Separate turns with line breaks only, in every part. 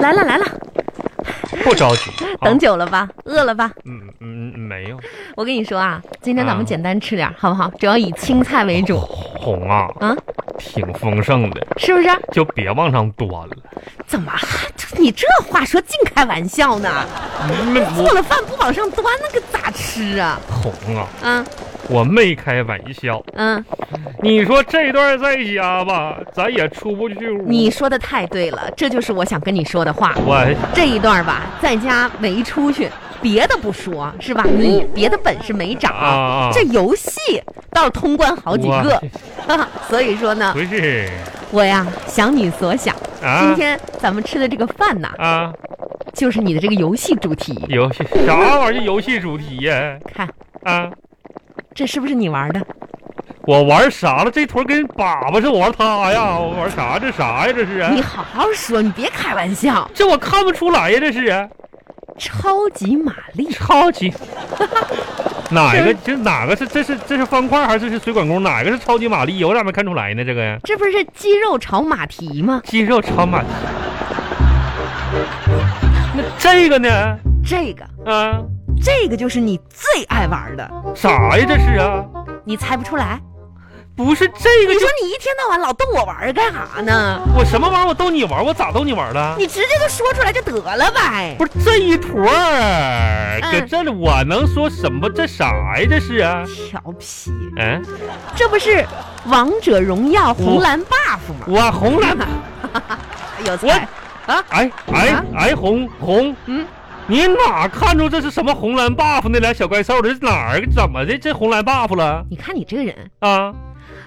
来了来了，
不着急，好
等久了吧？饿了吧？
嗯嗯嗯没有
我跟你说啊，今天咱们
啊
简单吃点儿，好不好？主要以青菜为主，
红啊，
啊，
挺丰盛的，
是不是？
就别往上端了。
怎么还你这话说尽开玩笑呢？
没
做
我
了饭不往上端，那个咋吃啊？
红啊，
嗯
我没开玩笑。
嗯，
你说这段在家吧，咱也出不去屋。
你说的太对了，这就是我想跟你说的话。
我
这一段吧，在家没出去，别的不说，是吧？你别的本事没长，
啊啊
这游戏倒是通关好几个， 所以说呢
不，是
我呀想你所想，
啊
今天咱们吃的这个饭呐，
啊，
就是你的这个游戏主题。
游戏啥玩意儿？游戏主题呀？
看
啊，
这是不是你玩的？
我玩啥了？这坨跟粑粑似的，我玩它呀？我玩啥？这啥呀？这是啊
你？好好说，你别开玩笑。
这我看不出来呀？这是啊？
超级玛丽，
超级， 哪一
这
个？这哪个是？这是这是方块还是这是水管工？哪个是超级玛丽？我咋没看出来呢？这个
这不是鸡肉炒马蹄吗？
鸡肉超马，那这个呢？
这个，
啊，
这个就是你最爱玩的，
啥呀？这是啊？
你猜不出来？
不是这个
你
就
说你一天到晚老逗我玩儿干啥呢？
我什么玩意儿？我逗你玩儿？我咋逗你玩儿了？
你直接就说出来就得了呗。
不是这一坨儿，
嗯
搁这里我能说什么？这啥呀？这是啊？
调皮，
嗯，
这不是王者荣耀红蓝 buff 吗？
我红蓝，
有才啊！
哎哎
啊
哎红红，
嗯，
你哪看出这是什么红蓝 buff 那俩小怪兽？这是哪儿怎么的？这红蓝 buff 了
你看你这个人，
啊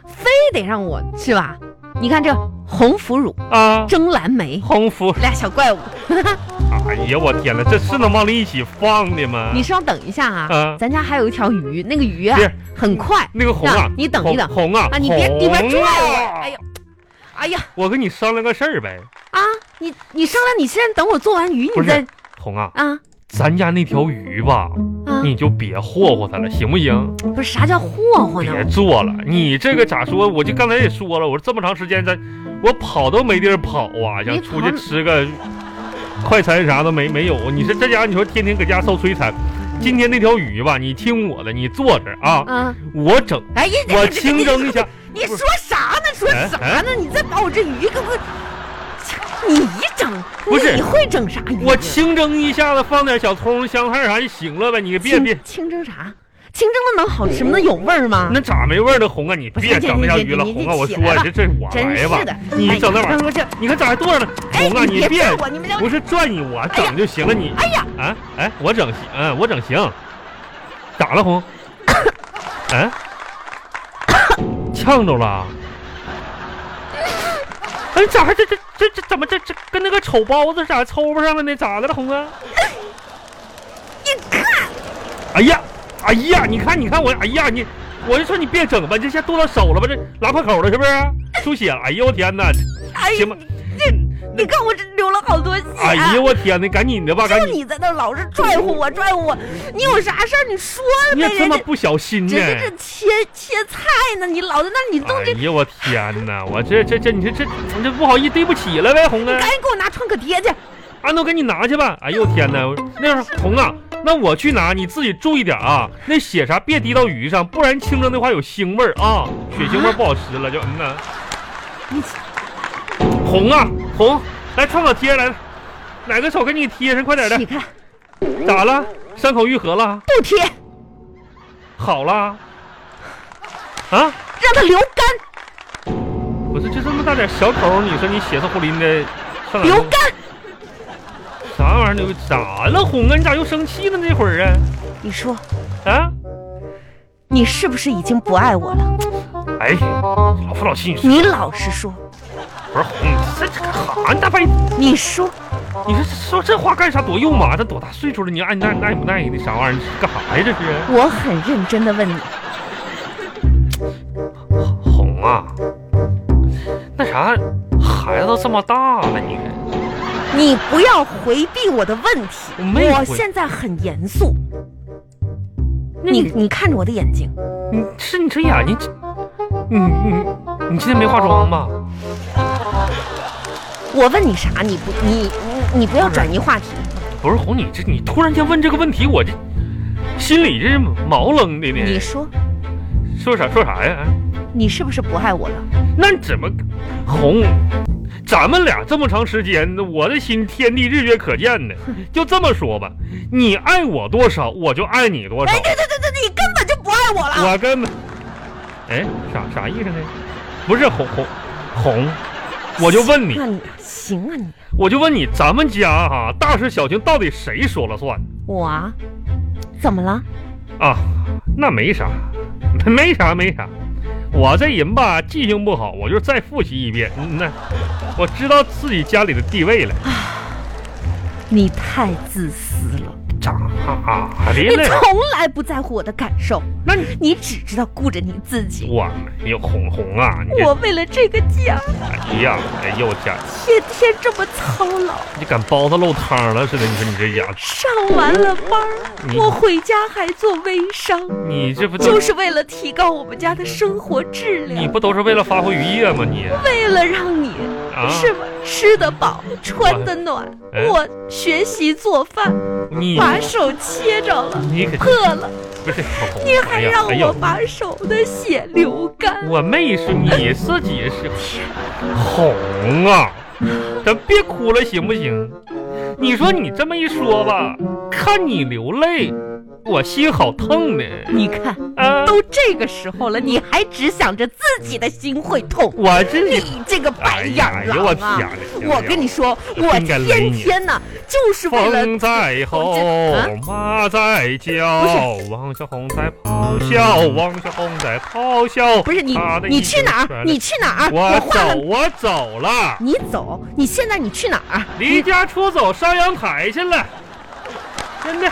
非得让我是吧？你看这红腐乳、
啊！
蒸蓝莓
红服，
俩小怪物，
哎呀，我天呐，这是能往里一起放的吗？
你稍等一下啊
啊，
咱家还有一条鱼，那个鱼啊
是
很快
那个红啊
呀，你等一等
红红啊
啊，你别你别拽我，哎
呀
呦，，哎呀
我跟你商量个事儿呗，
啊，你你上来，你先等我做完鱼，
不
你
是
再
红啊，
啊
咱家那条鱼吧，
啊，
你就别霍霍它了，行不行？
不是啥叫霍霍呢？
别做了，你这个咋说？我就刚才也说了，我说这么长时间咱，我跑都没地儿跑啊，想出去吃个快餐啥的没没有。你说这家伙你说天天搁家受摧残，今天那条鱼吧，你听我的，你坐着啊，
啊，
我整，
哎呀，
我清蒸一下。哎
你说啥呢？说啥呢？你再把我这鱼给我，你一整，
不是
你会整啥鱼啊？
我清蒸一下子，放点小葱、香菜啥就行了呗。你别别
清，啊清蒸啥？清蒸的能好吃吗？那有味儿吗？
那咋没味儿的红啊？你
是
别整那条鱼了，
你你
红啊！我
起
说
来吧
这这我
真
来
是的
吧，，你整那玩意
哎
儿
你。说这，
你看咋还坐着呢？
哎，
红啊，
你
你别
拽我，你们俩
不是转你我整就行了，你
哎呀，
啊哎，我整行，嗯，我整行，咋了红？嗯，呛着了。哎，咋还这这这这怎么这这跟那个丑包子咋抽不上了呢？咋的了，红啊？
你看，
哎呀，哎呀，你看你看我，哎呀你，我就说你别整吧，这下剁到手了吧？这拉破口了是不是？出血了？哎呦我天哪！
哎呀
行吧，
这你看我这流了好多血。啊
哎呀我天哪，赶紧的吧，赶
就
紧。
你在那老是拽乎我，拽乎我，你有啥事儿你说
你
呗，
也这
人
么
家
不小心呢
只？是这切切菜呢，你老在那儿你弄
哎
这，
呀，我天哪！我这这这，你这这我这不好意思，对不起了呗，红啊
赶，紧给我拿创可贴去。
安东，给你拿去吧。哎呦天哪！我那样红啊，那我去拿，你自己注意点啊。那血啥别滴到鱼上，不然清蒸的话有腥味儿啊，血腥味儿不好吃了就嗯呐。
你
红啊红，来创可贴来，哪个手给你贴上？快点的
你，看
咋了？伤口愈合了？
不贴，让
好了？啊？
它流干，
我说就这么大点小口，你说你血色乎淋的，上哪
流
弄
干。
啥玩意儿呢？咋了，红啊？你咋又生气了那会儿啊？
你说
啊？
你是不是已经不爱我了？
哎，老夫老妻，你说
你老实说，
不是红，你这这干啥呢？大半夜，
你说
你说这说这话干啥？多肉麻，这多大岁数了，你爱耐耐不耐的？啥玩意儿？你干啥呀？这是
我很认真的问你，
红啊？那啥，孩子都这么大了，你看
你不要回避我的问题。
我没有
我
回
现在很严肃，
那
你你看着我的眼睛，
你是你这眼睛，你你你今天没化妆吧？
我问你啥，你不你你你不要转移话题。
不是红，你这你突然间问这个问题，我这心里这是毛愣的
你
呢。
说，
说啥说啥呀？
你是不是不爱我了？
那怎么红？咱们俩这么长时间，我的心天地日月可见 的。就这么说吧，你爱我多少，我就爱你多少
哎，。对对对对，你根本就不爱我了。
我根本，哎，啥啥意思呢？不是红红红，我就问你
那，你行啊你，
我就问你，咱们家哈、大事小情到底谁说了算
我啊，怎么了？
啊？那没啥，没啥没啥。我这人吧，记性不好，我就再复习一遍。嗯那我知道自己家里的地位了。
你太自私了，
咋的
你
了？
从来不在乎我的感受，
那你
你只知道顾着你自己。
我哎呦，红红啊，你
我
这
为了这个家，
哎呀，哎呦我天，
天天这么操劳，
你敢包子漏汤了似的？你说你这家，
上完了班儿，
你
我回家还做微商，
你这不
就是为了提高我们家的生活质
你
量，
不都是为了发挥余业吗？你
为了让你
啊，
是吧，吃得饱，穿得暖，
哎
我学习做饭，
你
把手切着了，
你可
破了。
不是红，
你
哎
还
呀
让
哎
我
呦，
把手的血流干，
我妹是你自己是红啊，咱别哭了行不行？你说你这么一说吧，看你流泪，我心好疼呢。
你看
啊，
都这个时候了，你还只想着自己的心会痛。
我真是
你这个白眼
哎哎呀哎呀我
狼
天哪
啊！
行
我跟你说，
我
我
真该勒
天
你
天呐，就是 为了
风在吼
啊，
马在叫，王小红在咆哮，王小红在咆哮。
不是你
他的，
你
一
去哪
圈
儿？你去哪儿？
我
我换
走，
了，
我走了。
你走，你现在你去哪儿？
离家出走上阳台去了，真的。